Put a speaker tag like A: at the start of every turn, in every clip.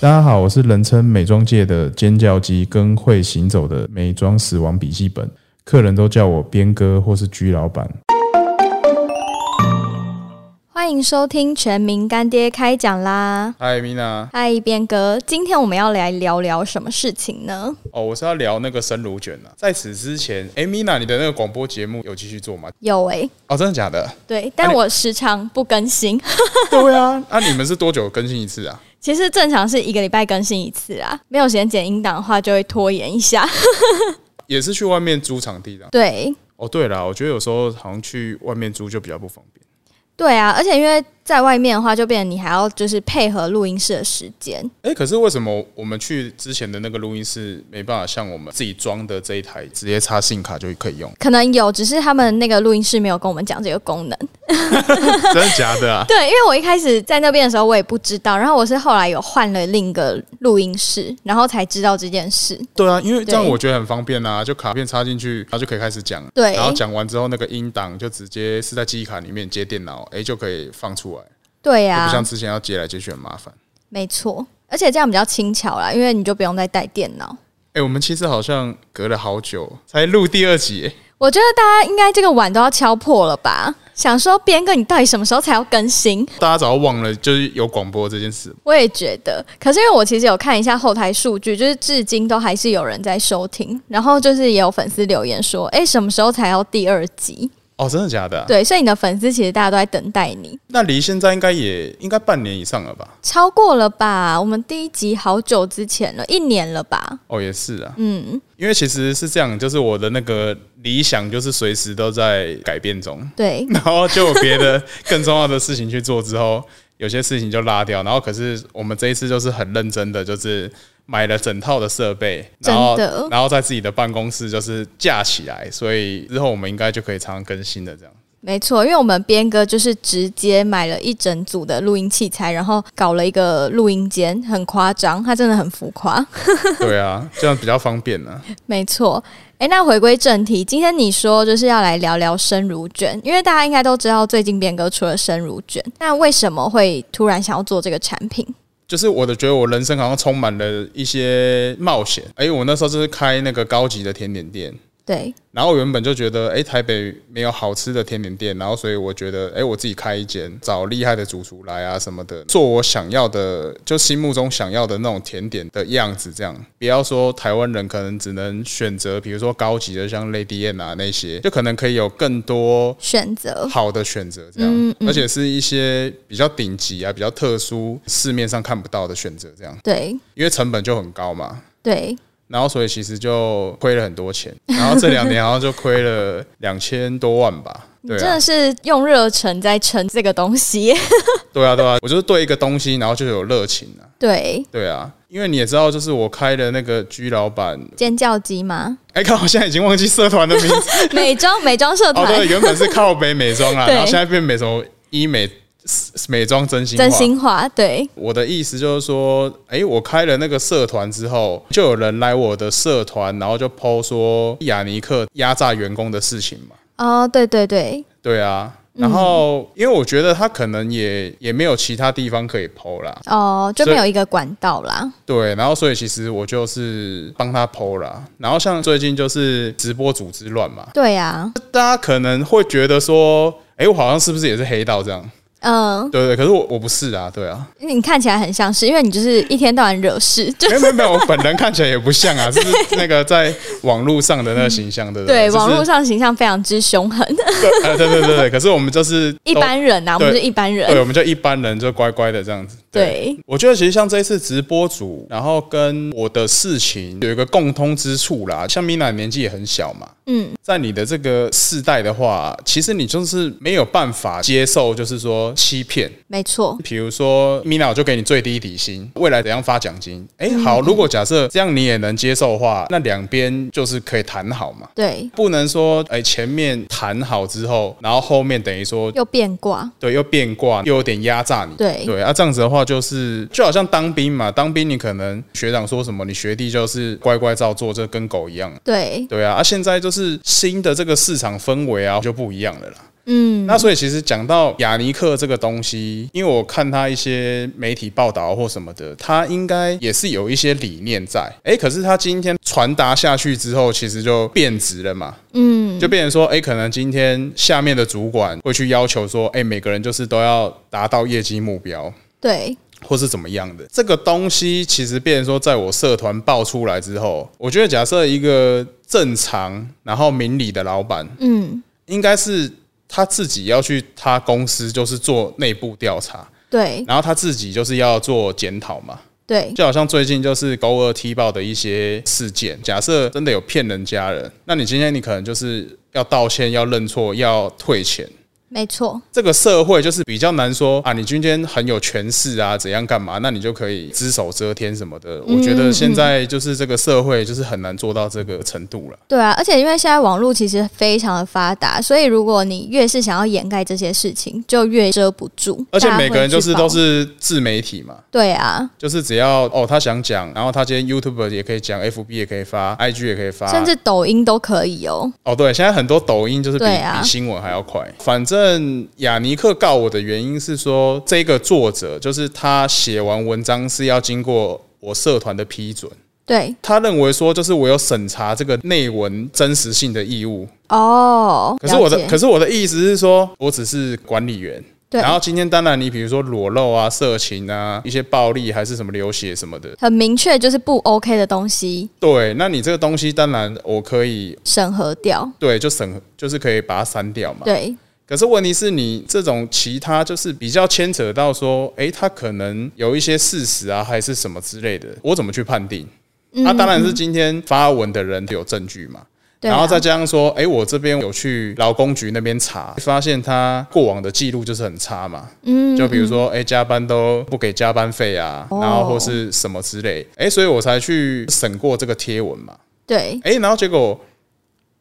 A: 大家好，我是人称美妆界的尖叫鸡，跟会行走的美妆死亡笔记本，客人都叫我边哥或是居老板。
B: 欢迎收听《全民干爹开讲》啦！
A: 嗨，米娜，
B: 嗨，边哥，今天我们要来聊聊什么事情呢？
A: 哦，我是要聊那个生乳卷啊。在此之前，哎，米娜，你的那个广播节目有继续做吗？
B: 有诶、
A: 哦，真的假的？
B: 对，但我时常不更新，
A: 对啊，那、你们是多久更新一次啊？
B: 其实正常是一个礼拜更新一次啊，没有时间剪音档的话就会拖延一下。
A: 也是去外面租场地的啊。
B: 对，
A: 哦，对啦，我觉得有时候好像去外面租就比较不方便。
B: 对啊，而且因为在外面的话，就变成你还要就是配合录音室的时间。？
A: 哎、可是为什么我们去之前的那个录音室没办法像我们自己装的这一台，直接插信卡就可以用
B: 可能有，只是他们那个录音室没有跟我们讲这个功能。
A: 真的假的啊？
B: 对，因为我一开始在那边的时候，我也不知道，然后我是后来有换了另一个录音室，然后才知道这件事。
A: 对啊，因为这样
B: 对
A: 我觉得很方便啊，就卡片插进去，然后就可以开始讲。
B: 对
A: 然后讲完之后，那个音档就直接是在记忆卡里面接电脑，哎、就可以放出来，
B: 对啊呀、
A: 就不像之前要接来接去很麻烦。
B: 没错，而且这样比较轻巧啦，因为你就不用再带电脑。
A: 哎、我们其实好像隔了好久才录第二集、哎诶
B: 我觉得大家应该这个碗都要敲破了吧？想说边哥，你到底什么时候才要更新？
A: 大家早就忘了就是有广播这件事。
B: 我也觉得，可是因为我其实有看一下后台数据，就是至今都还是有人在收听，然后就是也有粉丝留言说，哎、什么时候才要第二集？
A: 哦，真的假的啊、
B: 对，所以你的粉丝其实大家都在等待你，
A: 那离现在应该也应该半年以上了吧？
B: 超过了吧？我们第一集好久之前了，一年了吧？
A: 哦，也是啊。
B: 嗯，
A: 因为其实是这样，就是我的那个理想就是随时都在改变中，
B: 对，
A: 然后就有别的更重要的事情去做之后，有些事情就拉掉。然后可是我们这一次就是很认真的，就是买了整套的设备，然后
B: 真的
A: 然后在自己的办公室就是架起来，所以之后我们应该就可以常常更新的这样。
B: 没错，因为我们边哥就是直接买了一整组的录音器材，然后搞了一个录音间，很夸张，它真的很浮夸。
A: 对啊，这样比较方便呢、啊。
B: 没错，诶，那回归正题，今天你说就是要来聊聊生乳卷，因为大家应该都知道最近边哥出了生乳卷，那为什么会突然想要做这个产品？
A: 就是我的觉得我人生好像充满了一些冒险。哎、我那时候就是开那个高级的甜点店，
B: 对，
A: 然后我原本就觉得，哎、台北没有好吃的甜点店，然后所以我觉得，哎、我自己开一间，找厉害的主厨来啊什么的，做我想要的，就心目中想要的那种甜点的样子，这样。不要说台湾人可能只能选择，比如说高级的像 Lady N 啊那些，就可能可以有更多
B: 选择
A: 好的选择，这样，而且是一些比较顶级啊、比较特殊、市面上看不到的选择，这样，
B: 对
A: 因为成本就很高嘛。
B: 对，
A: 然后所以其实就亏了很多钱，然后这两年好像就亏了两千多万吧。对
B: 真
A: 啊
B: 的，是用热忱在撑这个东西。
A: 对啊，对啊，我就是对一个东西，然后就有热情啊。
B: 对，
A: 对啊，因为你也知道，就是我开的那个居老板，
B: 尖叫鸡吗？
A: 哎，看我现在已经忘记社团的名 字
B: 美妆美妆社
A: 哦，
B: 团、
A: 对，原本是靠北美妆啊，
B: 对
A: 然后现在变美什么医美美妆真心话
B: 真心话，对。
A: 我的意思就是说，诶，我开了那个社团之后，就有人来我的社团，然后就 PO 说雅尼克压榨员工的事情嘛。
B: 哦，对对对，
A: 对啊，然后、因为我觉得他可能也也没有其他地方可以剖啦，
B: 哦，就
A: 所以
B: 没有一个管道啦。
A: 对，然后所以其实我就是帮他剖啦。然后像最近就是直播组织乱嘛，
B: 对啊，
A: 大家可能会觉得说，哎，我好像是不是也是黑道这样？
B: 嗯，
A: 对对，可是我我不是啊，对啊，
B: 你看起来很像是，因为你就是一天到晚惹事， 就
A: 没有没有没有，我本人看起来也不像 啊，就是那个在网络上的那个形象，对不
B: 对
A: 就是
B: 网络上形象非常之凶狠。
A: 呃对对对对，可是我们就是都
B: 一，般人啊，我
A: 对
B: 们是一般人
A: 对，，我们就一般人就乖乖的这样子，
B: 对
A: 我觉得其实像这一次直播组，然后跟我的事情有一个共通之处啦。像 Mina 年纪也很小嘛，
B: 嗯，
A: 在你的这个世代的话，其实你就是没有办法接受，就是说欺骗。
B: 没错，
A: 比如说 Mina 我就给你最低底薪，未来怎样发奖金？哎，好，如果假设这样你也能接受的话，那两边就是可以谈好嘛。
B: 对，
A: 不能说，哎、前面谈好之后，然后后面等于说
B: 又变卦，
A: 对，又变卦，又有点压榨你。
B: 对
A: 对，啊，这样子的话，就是就好像当兵嘛，当兵你可能学长说什么，你学弟就是乖乖照做，这跟狗一样。
B: 对
A: 对啊，啊，现在就是新的这个市场氛围啊，就不一样了啦。
B: 嗯，
A: 那所以其实讲到雅尼克这个东西，因为我看他一些媒体报道或什么的，他应该也是有一些理念在。哎，可是他今天传达下去之后，其实就变质了嘛。
B: 嗯，
A: 就变成说，哎、可能今天下面的主管会去要求说，哎、每个人就是都要达到业绩目标，
B: 对，
A: 或是怎么样的。这个东西其实变成说，在我社团爆出来之后，我觉得假设一个正常然后明理的老板，
B: 嗯，
A: 应该是他自己要去他公司就是做内部调查，
B: 对，
A: 然后他自己就是要做检讨嘛。
B: 对，
A: 就好像最近就是勾二踢爆的一些事件，假设真的有骗人家人，那你今天你可能就是要道歉、要认错、要退钱。
B: 没错，
A: 这个社会就是比较难说啊，你今天很有权势啊，怎样干嘛，那你就可以只手遮天什么的。我觉得现在就是这个社会就是很难做到这个程度了。
B: 对啊，而且因为现在网络其实非常的发达，所以如果你越是想要掩盖这些事情，就越遮不住。
A: 而且
B: 大家
A: 每个人
B: 会去
A: 就是
B: 报
A: 都是自媒体嘛，
B: 对啊，
A: 就是只要哦他想讲，然后他今天 YouTube 也可以讲，FB 也可以发，IG 也可以发，
B: 甚至抖音都可以哦。
A: 哦，对，现在很多抖音就是比、
B: 对啊
A: 比新闻还要快。反正雅尼克告我的原因是说，这个作者就是他写完文章是要经过我社团的批准，
B: 对，
A: 他认为说就是我有审查这个内文真实性的义务。
B: 哦，
A: 可是我的，可
B: 是
A: 是我的意思是说，我只是管理员。
B: 对
A: 然后今天当然你比如说裸露啊、色情啊、一些暴力还是什么流血什么的，
B: 很明确，就是不 OK 的东西
A: 对，那你这个东西当然我可以
B: 审核掉。
A: 对就审就是可以把它删掉嘛。
B: 对，
A: 可是问题是你这种其他就是比较牵扯到说，诶，他可能有一些事实啊，还是什么之类的，我怎么去判定？那、
B: 嗯
A: 当然是今天发文的人有证据嘛。
B: 对啊
A: 然后再加上说，诶，我这边有去劳工局那边查，发现他过往的记录就是很差嘛。
B: 嗯，
A: 就比如说，哎、加班都不给加班费啊，
B: 哦
A: 然后或是什么之类，哎、所以我才去审过这个贴文嘛。
B: 对，
A: 哎、然后结果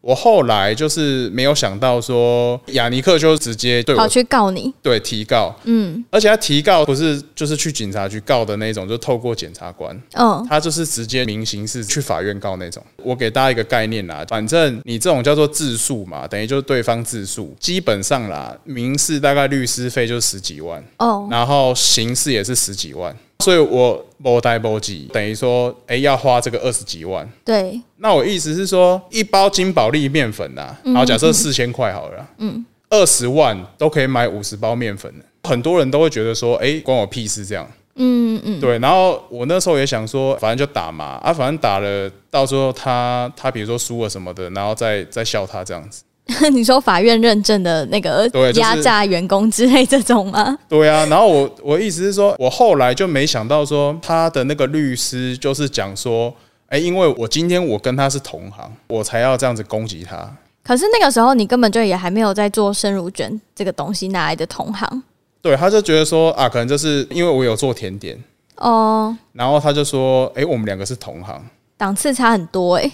A: 我后来就是没有想到说，雅尼克就直接对
B: 跑
A: 我
B: 去告你。
A: 对提告，
B: 嗯
A: 而且他提告不是就是去警察局告的那种，就透过检察官，
B: 嗯，
A: 他就是直接明刑事去法院告那种。我给大家一个概念啦，反正你这种叫做自诉嘛，等于就是对方自诉，基本上啦，民事大概律师费就十几万，
B: 哦，
A: 然后刑事也是十几万，所以我波呆波几，等于说，哎、要花这个二十几万。
B: 对，
A: 那我意思是说，一包金宝利面粉呐、
B: 嗯
A: 然后假设四千块好了啦，嗯，二十万都可以买五十包面粉了很多人都会觉得说，哎、关我屁事这样。
B: 嗯嗯，
A: 对，然后我那时候也想说，反正就打嘛，啊，反正打了，到时候他他比如说输了什么的，然后再再笑他这样子。
B: 你说法院认证的那个
A: 对就是
B: 压榨员工之类这种吗？
A: 对啊，然后我我意思是说，我后来就没想到说，他的那个律师就是讲说，哎、因为我今天我跟他是同行，我才要这样子攻击他。
B: 可是那个时候你根本就也还没有在做生乳卷这个东西，哪来的同行？
A: 对，他就觉得说啊，可能就是因为我有做甜点，
B: 哦，
A: 然后他就说，哎、我们两个是同行，
B: 档次差很多哎、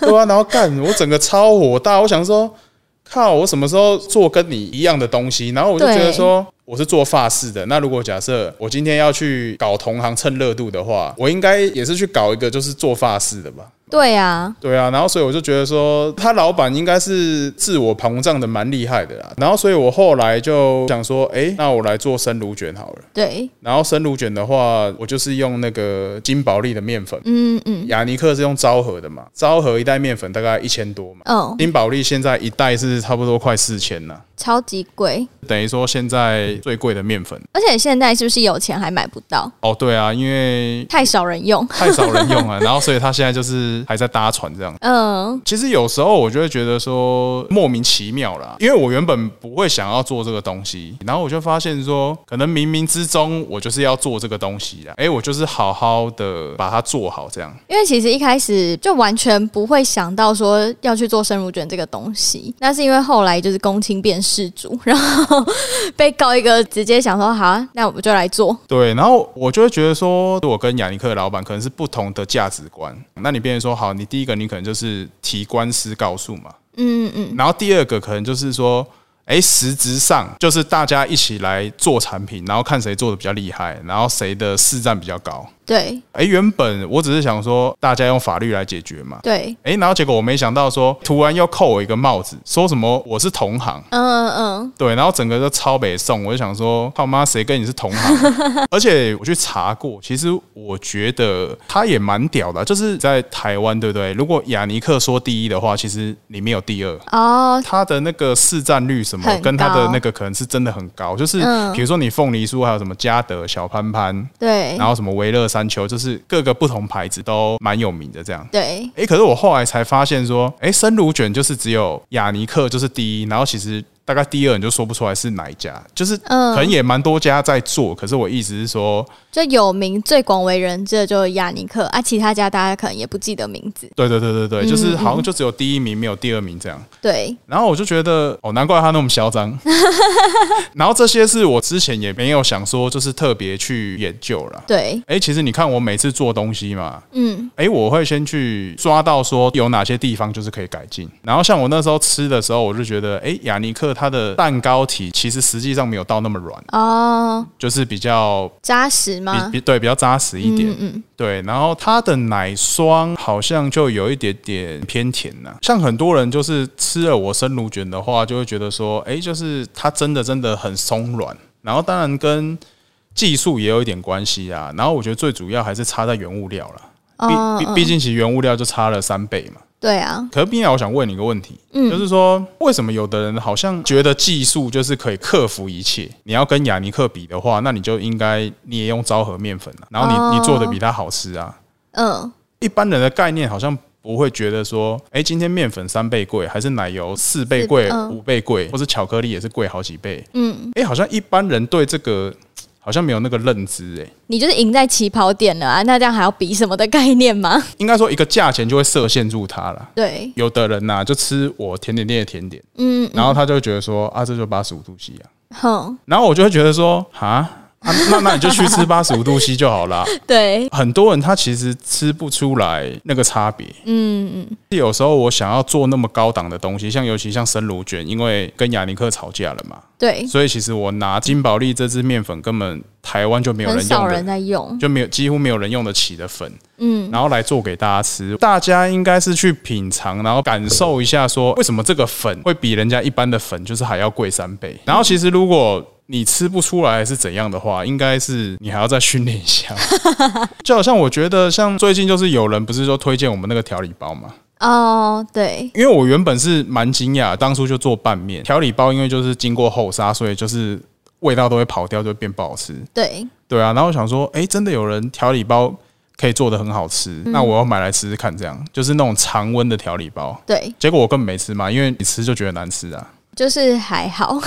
A: 对啊，然后干，我整个超火大，我想说，靠，我什么时候做跟你一样的东西？然后我就觉得说。我是做法式的，那如果假设我今天要去搞同行蹭热度的话，我应该也是去搞一个就是做法式的吧？
B: 对啊，
A: 对啊，然后所以我就觉得说，他老板应该是自我膨胀的蛮厉害的啦。然后所以我后来就想说，哎、那我来做生乳卷好了。
B: 对，
A: 然后生乳卷的话，我就是用那个金宝利的面粉，
B: 嗯嗯
A: 雅尼克是用昭和的嘛，昭和一袋面粉大概一千多嘛，
B: 嗯，
A: 金宝利现在一袋是差不多快四千了，
B: 超级贵，
A: 等于说现在最贵的面粉。
B: 而且现在是不是有钱还买不到？
A: 哦，对啊，因为
B: 太少人用。
A: 太少人用了，然 后所以他现在就是还在搭船这样。
B: 嗯，
A: 其实有时候我就会觉得说莫名其妙啦，因为我原本不会想要做这个东西，然后我就发现说，可能冥冥之中我就是要做这个东西啦，诶，我就是好好的把它做好这样。
B: 因为其实一开始就完全不会想到说要去做生乳卷这个东西，那是因为后来就是公卿变事主，然后被告一个直接想说好啊，那我们就来做。
A: 对，然后我就会觉得说，我跟雅尼克的老板可能是不同的价值观。那你变成说，好，你第一个你可能就是提官司告诉嘛，
B: 嗯嗯，
A: 然后第二个可能就是说，哎，实质上就是大家一起来做产品，然后看谁做的比较厉害，然后谁的市占比较高。
B: 对
A: 哎、原本我只是想说大家用法律来解决嘛，
B: 对，
A: 哎、然后结果我没想到说突然又扣我一个帽子，说什么我是同行。
B: 嗯嗯
A: 对，然后整个都超北宋，我就想说，他妈谁跟你是同 行？而且我去查过，其实我觉得他也蛮屌的啊，就是在台湾，对不对？如果雅尼克说第一的话，其实你没有第二。
B: 嗯，哦，
A: 他的那个市占率什么
B: 很，
A: 跟他的
B: 高
A: 那个可能是真的很高，就是
B: 嗯
A: 比如说你凤梨酥，还有什么嘉德、小潘潘，
B: 对
A: 然后什么维乐山丘，就是各个不同牌子都蛮有名的这样。
B: 对，
A: 诶，可是我后来才发现说，诶，生乳卷就是只有雅尼克就是第一，然后其实大概第二你就说不出来是哪一家，就是
B: 嗯
A: 可能也蛮多家在做，可是我意思是说，
B: 就有名最广为人知的就是亚尼克啊，其他家大家可能也不记得名字。
A: 对对对对对，
B: 嗯
A: 就是好像就只有第一名没有第二名这样。
B: 对，
A: 然后我就觉得，哦，难怪他那么嚣 张。然后这些是我之前也没有想说，就是特别去研究啦。
B: 对，
A: 诶，哎其实你看我每次做东西嘛，
B: 嗯，
A: 诶，我会先去抓到说有哪些地方就是可以改进。然后像我那时候吃的时候，我就觉得，诶，雅尼克它的蛋糕体其实实际上没有到那么软，
B: 哦，
A: 就是比较
B: 扎实
A: 比
B: 吗？
A: 比对比较扎实一点。
B: 啊嗯嗯，
A: 对，然后它的奶霜好像就有一点点偏甜呐、像很多人就是吃了我生乳卷的话，就会觉得说，哎，就是它真的真的很松软。然后当然跟技术也有一点关系啊。然后我觉得最主要还是差在原物料啦，
B: 哦
A: 毕，毕毕竟其实原物料就差了三倍嘛。
B: 对啊，
A: 可是冰雅，我想问你一个问题，
B: 嗯
A: 就是说为什么有的人好像觉得技术就是可以克服一切？你要跟雅尼克比的话，那你就应该你也用昭和面粉啊，然后你、
B: 哦
A: 你做的比它好吃啊。
B: 嗯，
A: 一般人的概念好像不会觉得说，哎、今天面粉三倍贵，还是奶油四倍贵、
B: 是嗯
A: 五倍贵，或者巧克力也是贵好几倍。
B: 嗯，
A: 哎、好像一般人对这个嘖好像没有那个认知、哎诶
B: 你就是赢在起跑点了啊，那这样还要比什么的概念吗？
A: 应该说一个价钱就会设限住它了。
B: 对，
A: 有的人呐、就吃我甜点店的甜点，
B: 嗯，
A: 然后他就会觉得说，啊，这就八十五度 C 啊。
B: 哼，
A: 然后我就会觉得说，啊。啊、那那你就去吃八十五度 C 就好啦。
B: 对，
A: 很多人他其实吃不出来那个差别，
B: 嗯嗯，
A: 有时候我想要做那么高档的东西，像尤其像生乳卷，因为跟雅尼克吵架了嘛，
B: 对，
A: 所以其实我拿金宝利这支面粉根本台湾就没有
B: 很
A: 人用
B: 少人
A: 的，
B: 在用，
A: 就没有几乎没有人用得起的粉，
B: 嗯，
A: 然后来做给大家吃。大家应该是去品尝，然后感受一下，说为什么这个粉会比人家一般的粉就是还要贵三倍。然后其实如果你吃不出来是怎样的话，应该是你还要再训练一下。就好像我觉得，像最近就是有人不是说推荐我们那个调理包嘛，
B: 哦，对，
A: 因为我原本是蛮惊讶，当初就做拌面调理包，因为就是经过后杀，所以就是味道都会跑掉，就会变不好吃。
B: 对，
A: 对啊，然后我想说，哎、真的有人调理包可以做的很好吃，
B: 嗯
A: 那我要买来吃吃看，这样就是那种常温的调理包。
B: 对，
A: 结果我根本没吃嘛，因为你吃就觉得难吃啊。
B: 就是还好，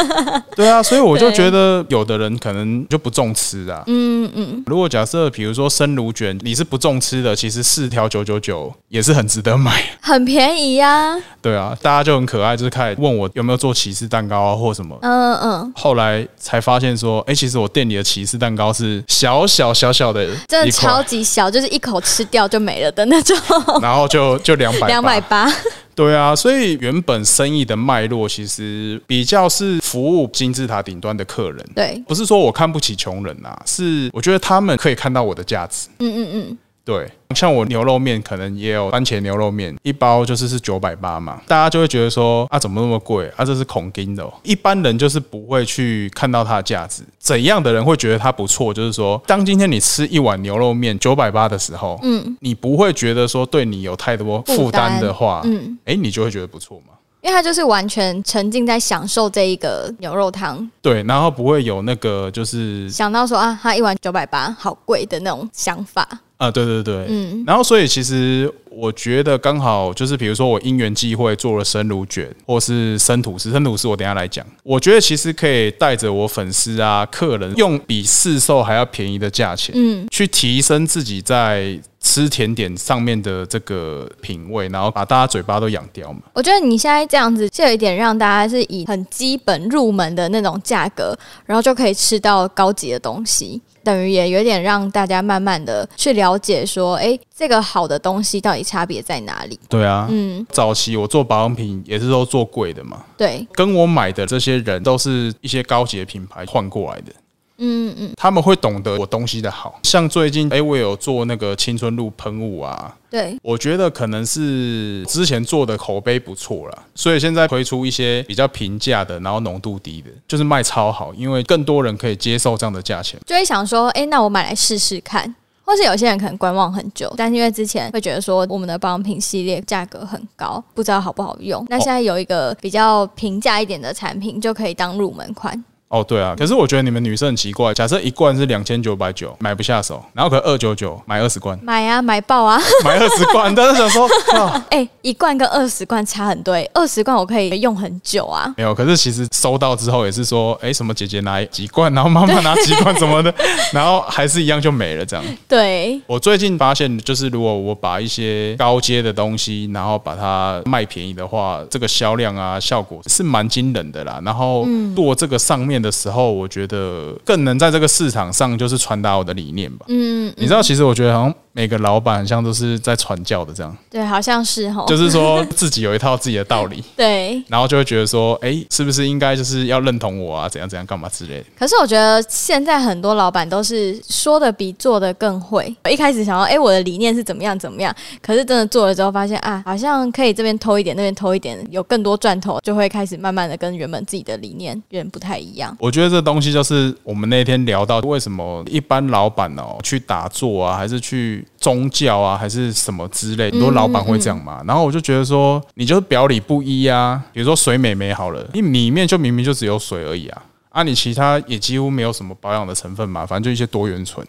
A: 对啊，所以我就
B: 对
A: 觉得有的人可能就不重吃啊。
B: 嗯嗯，
A: 如果假设比如说生乳卷你是不重吃的，其实四条九九九也是很值得买。
B: 很便宜呀、
A: 对啊，大家就很可爱，就是开始问我有没有做起司蛋糕啊或什么。
B: 嗯嗯，
A: 后来才发现说，哎、其实我店里的起司蛋糕是小小小小的
B: 真
A: 一
B: 的超
A: 块，
B: 级小，就是一口吃掉就没了的那种，
A: 然后就就两百
B: 两百八，
A: 对啊，所以原本生意的脉络其实比较是服务金字塔顶端的客人，
B: 对，
A: 不是说我看不起穷人啊，是我觉得他们可以看到我的价值。
B: 嗯嗯嗯，
A: 对，像我牛肉面可能也有番茄牛肉面，一包就是是九百八嘛，大家就会觉得说啊，怎么那么贵啊？这是恐金的、哦，一般人就是不会去看到它的价值。怎样的人会觉得它不错？就是说，当今天你吃一碗牛肉面九百八的时候，嗯，你不会觉得说对你有太多负担的话，嗯，哎、你就会觉得不错嘛。
B: 因为他就是完全沉浸在享受这一个牛肉汤，
A: 对，然后不会有那个就是
B: 想到说啊，他一碗九百八，好贵的那种想法，
A: 啊，对对对，
B: 嗯
A: 然后所以其实我觉得刚好就是，比如说我因缘际会做了生乳卷，或是生吐司，生吐司我等一下来讲。我觉得其实可以带着我粉丝啊、客人，用比市售还要便宜的价钱，
B: 嗯，
A: 去提升自己在吃甜点上面的这个品味，然后把大家嘴巴都养掉嘛。
B: 我觉得你现在这样子是有一点让大家是以很基本入门的那种价格，然后就可以吃到高级的东西，等于也有点让大家慢慢的去了解说，哎，这个好的东西到底差别在哪里？
A: 对啊，
B: 嗯，
A: 早期我做保养品也是都做贵的嘛，
B: 对，
A: 跟我买的这些人都是一些高级的品牌换过来的。
B: 嗯嗯，
A: 他们会懂得我东西的好。像最近，哎、我有做那个青春露喷雾啊，
B: 对，
A: 我觉得可能是之前做的口碑不错啦，所以现在推出一些比较平价的，然后浓度低的，就是卖超好，因为更多人可以接受这样的价钱。
B: 就会想说，哎、那我买来试试看。或是有些人可能观望很久，但是因为之前会觉得说我们的保养品系列价格很高，不知道好不好用。那现在有一个比较平价一点的产品，就可以当入门款。，
A: 哦，对啊，可是我觉得你们女生很奇怪，假设一罐是两千九百九，买不下手，然后可二九九买二十罐
B: 买啊，买爆啊！
A: 买二十罐，但是想说，啊
B: 哎、一罐跟二十罐差很多、二十罐我可以用很久啊。
A: 没有，可是其实收到之后也是说，哎，什么姐姐拿几罐，然后妈妈拿几罐什么的， 然后还是一样就没了这样。
B: 对，
A: 我最近发现，就是如果我把一些高阶的东西，然后把它卖便宜的话，这个销量啊效果是蛮惊人的啦。然后
B: 嗯
A: 做这个上面的时候，我觉得更能在这个市场上就是传达我的理念吧。
B: 嗯，
A: 你知道，其实我觉得好像每个老板好像都是在传教的这样，
B: 对，好像是吼，
A: 就是说自己有一套自己的道理。
B: 对。
A: 然后就会觉得说，哎、是不是应该就是要认同我啊？怎样怎样干嘛之类的？
B: 可是我觉得现在很多老板都是说的比做的更会。我一开始想要，哎、我的理念是怎么样怎么样，可是真的做了之后发现啊，好像可以这边偷一点，那边偷一点，有更多赚头，就会开始慢慢的跟原本自己的理念有点不太一样。
A: 我觉得这东西就是我们那天聊到，为什么一般老板哦去打坐啊，还是去宗教啊，还是什么之类，很多老板会这样嘛。然后我就觉得说，你就是表里不一啊。比如说水美眉好了，你里面就明明就只有水而已啊，啊，你其他也几乎没有什么保养的成分嘛，反正就一些多元醇。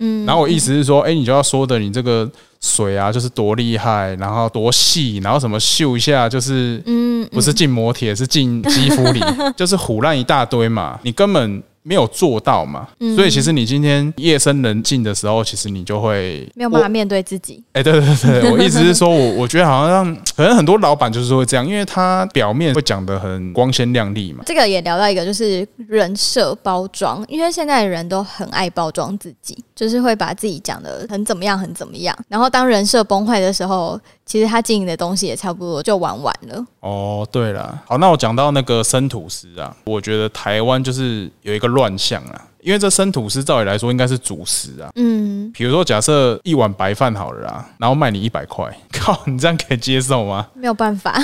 A: 嗯，然后我意思是说，哎、你就要说的你这个水啊，就是多厉害，然后多细，然后什么嗅一下就是
B: 嗯，
A: 不是进摩铁，是进肌肤 里，就是胡乱一大堆嘛，你根本没有做到嘛。
B: 嗯
A: 所以其实你今天夜深人静的时候，其实你就会
B: 没有办
A: 我
B: 法面对自己。
A: 哎、对对 对，对我意思是说，我我觉得好像可能很多老板就是会这样，因为他表面会讲的很光鲜亮丽嘛。
B: 这个也聊到一个，就是人设包装，因为现在的人都很爱包装自己，就是会把自己讲的很怎么样，很怎么样。然后当人设崩坏的时候，其实他经营的东西也差不多就玩完了。
A: 哦，对了，好，那我讲到那个生吐司啊，我觉得台湾就是有一个乱象啊，因为这生吐司照理来说应该是主食啊，
B: 嗯，？
A: 比如说，假设一碗白饭好了啦，然后卖你一百块， 靠，你这样可以接受吗
B: 没有办法。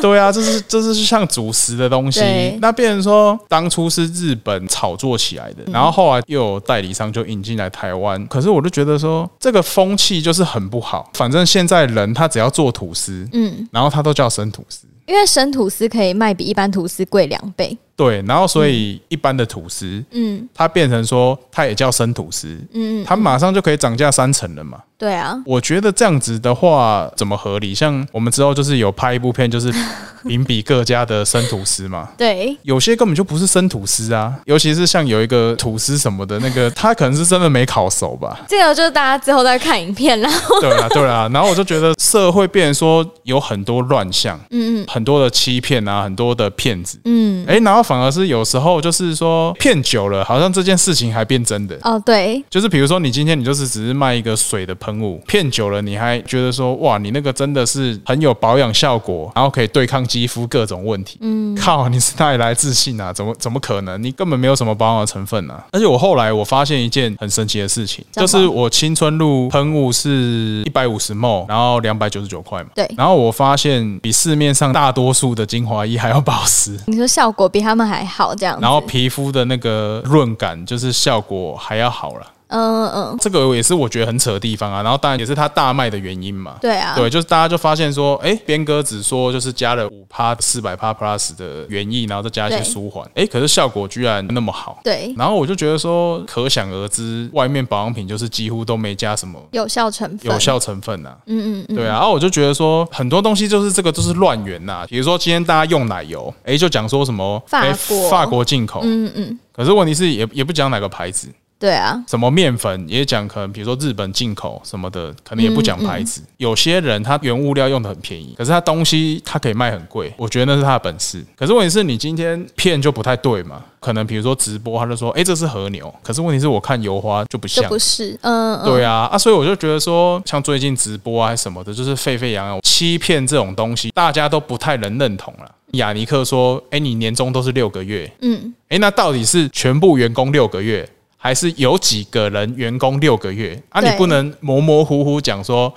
A: 对啊，这是这是像主食的东西
B: 对。
A: 那变成说，当初是日本炒作起来的，
B: 嗯
A: 然后后来又有代理商就引进来台湾。可是我就觉得说，这个风气就是很不好。反正现在人他只要做吐司，
B: 嗯，
A: 然后他都叫生吐司。
B: 因为生吐司可以卖比一般吐司贵两倍。
A: 对，然后所以一般的吐司，
B: 嗯
A: 它变成说它也叫生吐司，
B: 嗯，
A: 它马上就可以涨价三成了嘛。
B: 对啊，
A: 我觉得这样子的话怎么合理？像我们之后就是有拍一部片，就是 评比各家的生吐司嘛。
B: 对，。
A: 有些根本就不是生吐司啊，尤其是像有一个吐司什么的那个，它可能是真的没烤熟吧
B: 这个就是大家之后再看影片啦。
A: 对啦，对啦。然后我就觉得社会变成说有很多乱象，
B: 嗯嗯
A: 很多的欺骗啊，很多的骗子。
B: 嗯，
A: 诶，然后反而是有时候就是说骗久了，好像这件事情还变真的。
B: 哦对，
A: 就是比如说，你今天你就是只是卖一个水的喷雾，骗久了你还觉得说，哇，你那个真的是很有保养效果，然后可以对抗肌肤各种问题。嗯，靠，你是哪里来自信啊？怎么怎么可能？你根本没有什么保养的成分啊！而且我后来我发现一件很神奇的事情，
B: 什么
A: 就是我青春露喷雾是一百五十 ml，然后两百九十九块嘛。
B: 对
A: 然后我发现比市面上大多数的精华液还要保湿。
B: 你说效果比他们还好这样子。
A: 然后皮肤的那个润感，就是效果还要好了。
B: 嗯嗯，
A: 这个也是我觉得很扯的地方啊。然后当然也是它大卖的原因嘛。
B: 对啊，
A: 对，就是大家就发现说，哎，边哥只说就是加了五趴、四百趴 plus 的原液，然后再加一些
B: 对
A: 舒缓，哎，可是效果居然那么好。
B: 对，
A: 然后我就觉得说，可想而知，外面保养品就是几乎都没加什么
B: 有效成分。
A: 有效成分呐、啊。
B: 嗯嗯嗯，
A: 对啊，然后我就觉得说，很多东西就是这个都是乱源呐、比如说今天大家用奶油，哎，就讲说什么
B: 法
A: 诶
B: 国
A: 法国进口，
B: 嗯嗯，
A: 可是问题是也也不讲哪个牌子，
B: 对啊，
A: 什么面粉也讲，可能比如说日本进口什么的，可能也不讲牌子。有些人他原物料用的很便宜，可是他东西他可以卖很贵，我觉得那是他的本事。可是问题是你今天骗就不太对嘛，可能比如说直播他就说，哎、这是和牛，可是问题是我看油花就不
B: 就
A: 像。
B: 不是，嗯，嗯
A: 对啊，啊，所以我就觉得说，像最近直播啊还是什么的，就是沸沸扬扬，欺骗这种东西，大家都不太能认同了。雅尼克说：“哎、你年终都是六个月，
B: 嗯，
A: 哎，那到底是全部员工六个月，还是有几个人员工六个月？啊，你
B: 对
A: 不能模模糊糊讲说，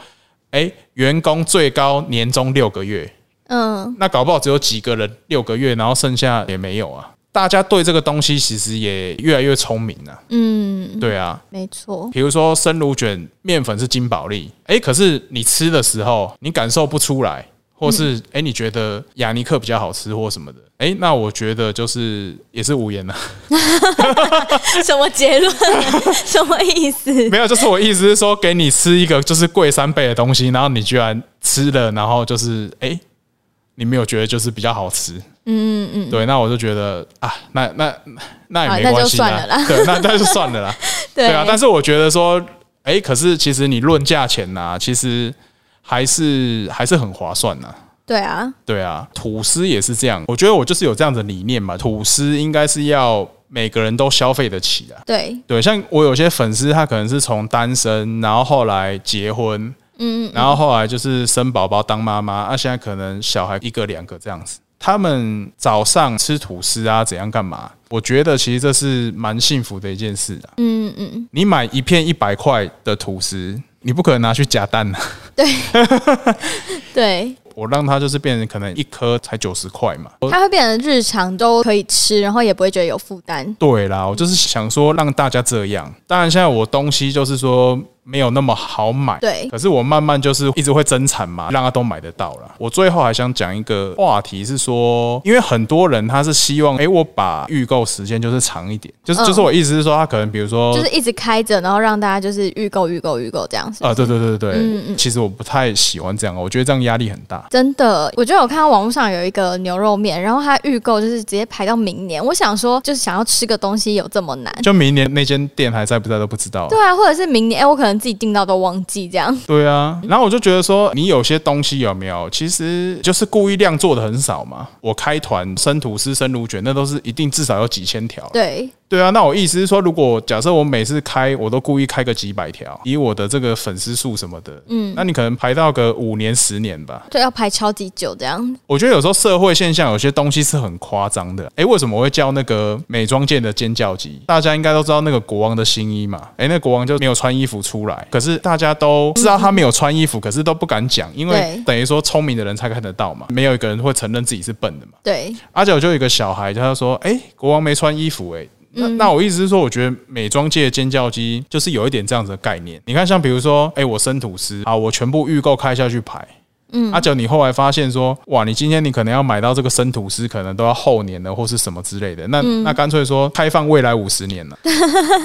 A: 哎，员工最高年终六个月，
B: 嗯，
A: 那搞不好只有几个人六个月，然后剩下也没有啊。大家对这个东西其实也越来越聪明了、
B: 嗯，
A: 对啊。
B: 没错，
A: 比如说生乳卷面粉是金宝利，哎，可是你吃的时候你感受不出来，或
B: 嗯
A: 是哎、诶你觉得雅尼克比较好吃或什么的，哎，那我觉得就是也是无言啊了、
B: 什么结论？什么意思？
A: 没有，就是我意思是说，给你吃一个就是贵三倍的东西，然后你居然吃了，然后就是哎、诶你没有觉得就是比较好吃，
B: 嗯嗯，
A: 对，那我就觉得啊，那那那也
B: 啊
A: 没
B: 那
A: 关
B: 就
A: 系啦，
B: 算了啦
A: 对，那那就算了啦，
B: 对
A: 对啊，但是我觉得说，哎、可是其实你论价钱呐、其实还是还是很划算呐、
B: 对啊，
A: 对啊，吐司也是这样，我觉得我就是有这样的理念嘛，吐司应该是要每个人都消费得起啊。
B: 对，
A: 对，像我有些粉丝，他可能是从单身，然后后来结婚，
B: 嗯，
A: 然后后来就是生宝宝当妈妈，啊，现在可能小孩一个两个这样子。他们早上吃吐司啊，怎样干嘛？我觉得其实这是蛮幸福的一件事啊。
B: 嗯嗯，
A: 你买一片一百块的吐司，你不可能拿去夹蛋啊。
B: 对，
A: 我让它就是变成可能一颗才九十块嘛。
B: 它会变得日常都可以吃，然后也不会觉得有负担。
A: 对啦，我就是想说让大家这样。当然，现在我东西就是说没有那么好买，
B: 对
A: 可是我慢慢就是一直会增产嘛，让他都买得到啦。我最后还想讲一个话题是说，因为很多人他是希望，诶，我把预购时间就是长一点，就是、
B: 嗯
A: 就是我意思是说，他可能比如说，
B: 就是一直开着，然后让大家就是预购、预购、预购这样子。
A: 啊，对对对对对，
B: 嗯
A: 其实我不太喜欢这样，我觉得这样压力很大。
B: 真的，我就有看到网络上有一个牛肉面，然后它预购就是直接排到明年。我想说，就是想要吃个东西有这么难？
A: 就明年那间店还在不在都不知道啊、
B: 对啊，或者是明年，哎、我可能自己订到都忘记这样。
A: 对啊，然后我就觉得说，你有些东西有没有，其实就是故意量做的很少嘛。我开团生吐司、生乳卷，那都是一定至少有几千条。
B: 对，
A: 对啊，那我意思是说，如果假设我每次开，我都故意开个几百条，以我的这个粉丝数什么的，嗯，那你可能排到个五年、十年吧。
B: 对，要排超级久这样。
A: 我觉得有时候社会现象有些东西是很夸张的。诶，为什么我会叫那个美妆界的尖叫鸡？大家应该都知道那个国王的新衣嘛。诶，那国王就没有穿衣服出来，可是大家都知道他没有穿衣服，可是都不敢讲，因为
B: 对
A: 等于说聪明的人才看得到嘛，没有一个人会承认自己是笨的嘛。
B: 对，
A: 而且我就有一个小孩，他就说：“诶，国王没穿衣服、诶。那那我意思是说，我觉得美妆界的尖叫鸡就是有一点这样子的概念。你看，像比如说，诶，我生吐司啊，我全部预购开下去排，嗯，阿九，你后来发现说，哇，你今天你可能要买到这个生吐司，可能都要后年了，或是什么之类的。那、那干脆说开放未来五十年 了，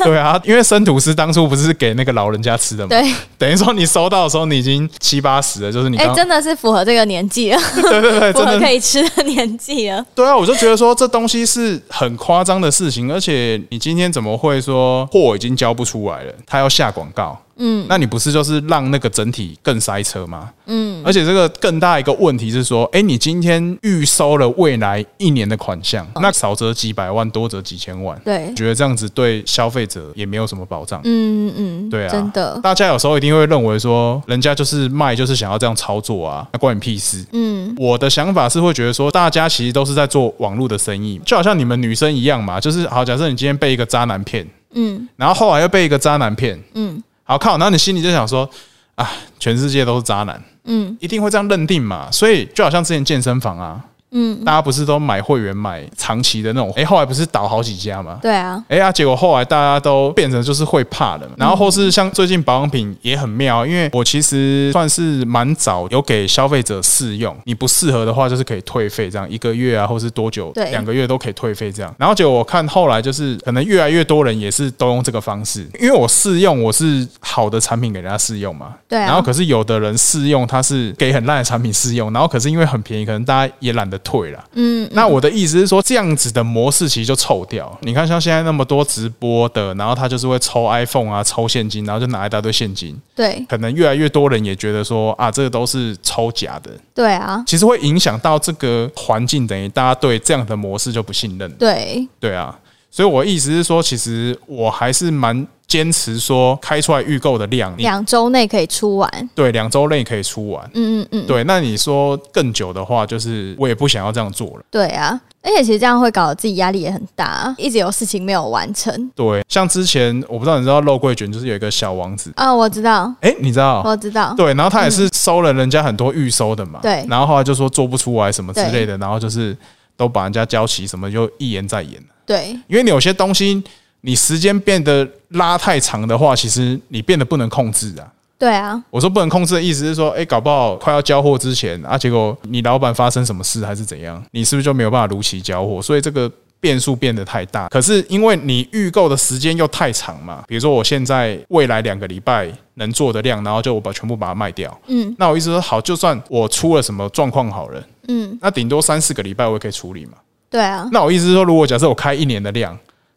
A: 对啊，因为生吐司当初不是给那个老人家吃的嘛，
B: 对，
A: 等于说你收到的时候你已经七八十了，就是你
B: 哎、
A: 刚、
B: 真的是符合这个年纪了，
A: 对对对，
B: 符
A: 哎真
B: 合
A: 的
B: 可以吃的年纪了。
A: 对啊，我就觉得说这东西是很夸张的事情，而且你今天怎么会说货已经交不出来了，他要下广告？嗯，那你不是就是让那个整体更塞车吗？嗯，而且这个更大一个问题是说，哎、你今天预收了未来一年的款项，那少则几百万，多则几千万，
B: 对，
A: 觉得这样子对消费者也没有什么保障。
B: 嗯嗯，
A: 对啊，
B: 真的，
A: 大家有时候一定会认为说，人家就是卖，就是想要这样操作啊，那关你屁事。嗯，我的想法是会觉得说，大家其实都是在做网络的生意，就好像你们女生一样嘛，就是好，假设你今天被一个渣男骗，嗯，然后后来又被一个渣男骗，嗯，好靠，然后你心里就想说，啊，全世界都是渣男，嗯，一定会这样认定嘛，所以就好像之前健身房啊。嗯，大家不是都买会员买长期的那种？诶，后来不是倒好几家吗？
B: 对啊，
A: 哎呀、结果后来大家都变成就是会怕的嘛，然后或是像最近保养品也很妙，因为我其实算是蛮早有给消费者试用，你不适合的话就是可以退费，这样一个月啊，或是多久
B: 对
A: 两个月都可以退费这样。然后结果我看后来就是可能越来越多人也是都用这个方式，因为我试用我是好的产品给人家试用嘛，
B: 对啊
A: 然后可是有的人试用他是给很烂的产品试用，然后可是因为很便宜，可能大家也懒得退啦。
B: 嗯，
A: 那我的意思是说，这样子的模式其实就臭掉。你看，像现在那么多直播的，然后他就是会抽 iPhone 啊，抽现金，然后就拿一大堆现金。
B: 对
A: 可能越来越多人也觉得说啊，这个都是抽假的，
B: 对啊，
A: 其实会影响到这个环境，等于大家对这样的模式就不信任了。
B: 对，
A: 对啊，所以我意思是说，其实我还是蛮坚持说，开出来预购的量，你
B: 两周内可以出完。
A: 对两周内可以出完。
B: 嗯嗯嗯，
A: 对，那你说更久的话，就是我也不想要这样做了。
B: 对啊，而且其实这样会搞得自己压力也很大，一直有事情没有完成。
A: 对，像之前我不知道你知道肉桂卷就是有一个小王子，
B: 啊、我知道，
A: 哎、你知道？
B: 我知道，嗯
A: 对，然后他也是收了人家很多预收的嘛，
B: 对
A: 然后后来就说做不出来什么之类的，然后就是都把人家交齐什么，就一言再言。
B: 对
A: 因为你有些东西，你时间变得拉太长的话，其实你变得不能控制啊。
B: 对啊，
A: 我说不能控制的意思是说，哎、搞不好快要交货之前啊，结果你老板发生什么事还是怎样，你是不是就没有办法如期交货？所以这个变数变得太大。可是因为你预购的时间又太长嘛，比如说我现在未来两个礼拜能做的量，然后就我把全部把它卖掉。
B: 嗯
A: 那我意思说，好，就算我出了什么状况好了，
B: 嗯，
A: 那顶多三四个礼拜我也可以处理嘛。
B: 对啊，
A: 那我意思是说，如果假设我开一年的量，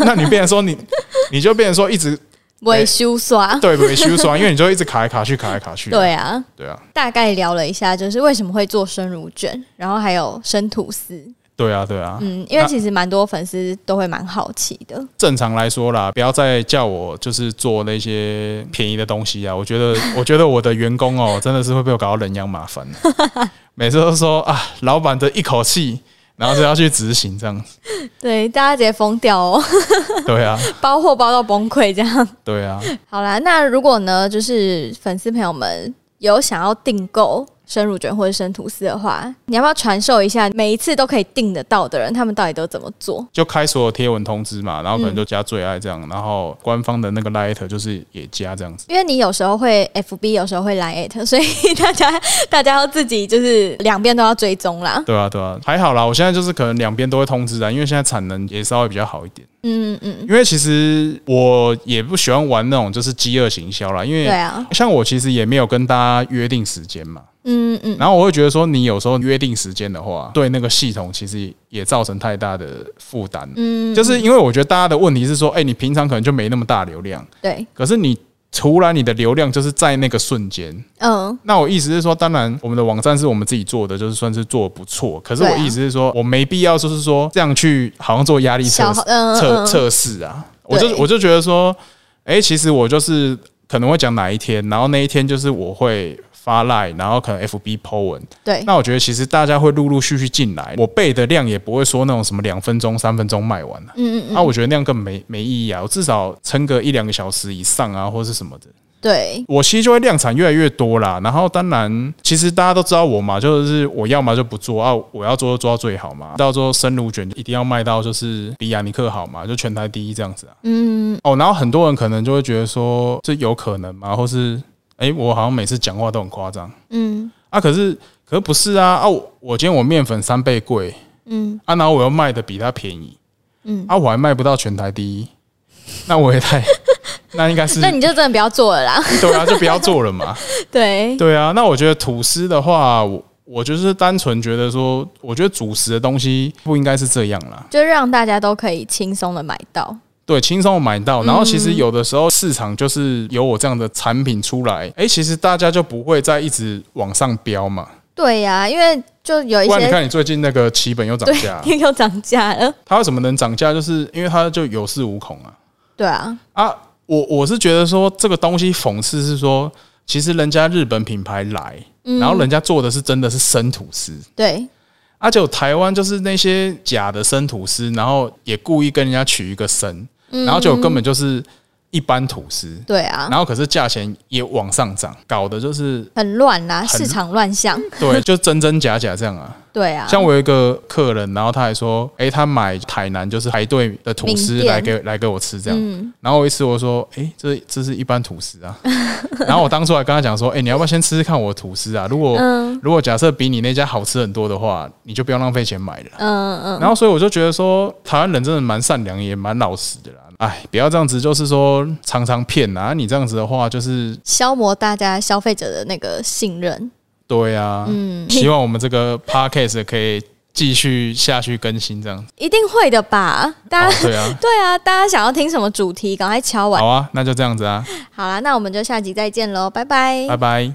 A: 那你变成说你，你就变成说一直
B: 维修刷，
A: 对维修酸，因为你就一直卡来卡去，卡来卡去。
B: 对啊，
A: 对啊，
B: 大概聊了一下，就是为什么会做生乳卷，然后还有生吐司。
A: 对啊，对啊。
B: 嗯，因为
A: 那
B: 其实蛮多粉丝都会蛮好奇的。
A: 正常来说啦，不要再叫我就是做那些便宜的东西啊！我觉得， 我觉得我的员工哦，真的是会被我搞到人仰马翻的。每次都说啊，老板的一口气，然后就要去执行这样子。
B: 对，大家直接疯掉哦，
A: 对啊，
B: 包货包到崩溃这样。
A: 对啊，
B: 好啦，那如果呢，就是粉丝朋友们有想要订购生乳卷或者生吐司的话，你要不要传授一下每一次都可以订得到的人，他们到底都怎么做？
A: 就开所有贴文通知嘛，然后可能就加最爱这样，然后官方的那个 light 就是也加这样子。
B: 因为你有时候会 FB，有时候会来 at，所 以大家大家要自己就是两边都要追踪啦。
A: 对啊，对啊，还好啦。我现在就是可能两边都会通知啊，因为现在产能也稍微比较好一点。
B: 嗯嗯，
A: 因为其实我也不喜欢玩那种就是饥饿行销啦，因
B: 对
A: 为
B: 啊，
A: 像我其实也没有跟大家约定时间嘛，
B: 嗯嗯，
A: 然后我会觉得说，你有时候约定时间的话，对那个系统其实也造成太大的负担。嗯，就是因为我觉得大家的问题是说，哎，你平常可能就没那么大流量，
B: 对，
A: 可是你突然你的流量就是在那个瞬间，
B: 嗯
A: 那我意思是说，当然我们的网站是我们自己做的，就是算是做得不错。可是我
B: 对啊
A: 意思是说，我没必要就是说这样去好像做压力测
B: 小
A: 试
B: 嗯
A: 测
B: 嗯
A: 测试啊。我就
B: 对
A: 我就觉得说，哎、其实我就是可能会讲哪一天，然后那一天就是我会发 line，然后可能 FB po 文。
B: 对，
A: 那我觉得其实大家会陆陆续续进来，我背的量也不会说那种什么两分钟、三分钟卖完了、啊。
B: 嗯嗯嗯，
A: 那我觉得那样更没没意义啊！我至少撑个一两个小时以上啊，或是什么的。
B: 对，
A: 我其实就会量产越来越多啦。然后当然，其实大家都知道我嘛，就是我要么就不做啊，我要做就做到最好嘛。到时候生乳卷一定要卖到就是比雅尼克好嘛，就全台第一这样子啊。
B: 嗯，
A: 哦，然后很多人可能就会觉得说这有可能吗？或是诶，我好像每次讲话都很夸张
B: 嗯
A: 啊，可是可是不是啊啊！我我今天我面粉三倍贵
B: 嗯
A: 啊，然后我又卖的比它便宜，
B: 嗯，
A: 啊，我还卖不到全台第一，那我也 太那应该是
B: 那你就真的不要做了啦。
A: 对啊，就不要做了嘛。
B: 对，
A: 对啊，那我觉得吐司的话，我我就是单纯觉得说，我觉得主食的东西不应该是这样啦。
B: 就让大家都可以轻松的买到。
A: 对，轻松买到，然后其实有的时候市场就是有我这样的产品出来，诶，其实大家就不会再一直往上飙嘛。
B: 对呀、因为就有一
A: 不然你
B: 些
A: 看，你最近那个奇本又涨价，啊
B: 对 又涨价了，
A: 它为什么能涨价？就是因为它就有恃无恐啊。
B: 对啊，
A: 啊，我我是觉得说这个东西讽刺是说，其实人家日本品牌来，然后人家做的是真的是生吐司，
B: 对
A: 而且有台湾啊就是那些假的生吐司，然后也故意跟人家取一个生，然后就根本就是一般吐司，
B: 对啊，
A: 然后可是价钱也往上涨，搞的就是
B: 很乱啦，市
A: 乱
B: 场乱象，
A: 对，就真真假假这样啊。
B: 对啊，
A: 像我有一个客人，然后他还说，诶，他买台南就是排队的吐司
B: 名店嗯
A: 来给来给我吃这样，然后我一吃我说，诶，这这是一般吐司 啊，然后我当初还跟他讲说，诶，你要不要先吃吃看我的吐司啊？如果、
B: 嗯
A: 如果假设比你那家好吃很多的话，你就不要浪费钱买了。
B: 嗯嗯，
A: 然后所以我就觉得说，台湾人真的蛮善良，也蛮老实的啦。哎，不要这样子，就是说啊常常骗啊！你这样子的话，就是
B: 消磨大家消费者的那个信任，
A: 对啊，嗯，希望我们这个 podcast 可以继续下去更新，这样子。
B: 一定会的吧？大
A: 哦
B: 家、，
A: 对啊
B: 对啊，大家想要听什么主题，赶快敲完。
A: 好啊，那就这样子啊，
B: 好啦，那我们就下集再见喽，拜拜
A: 拜拜。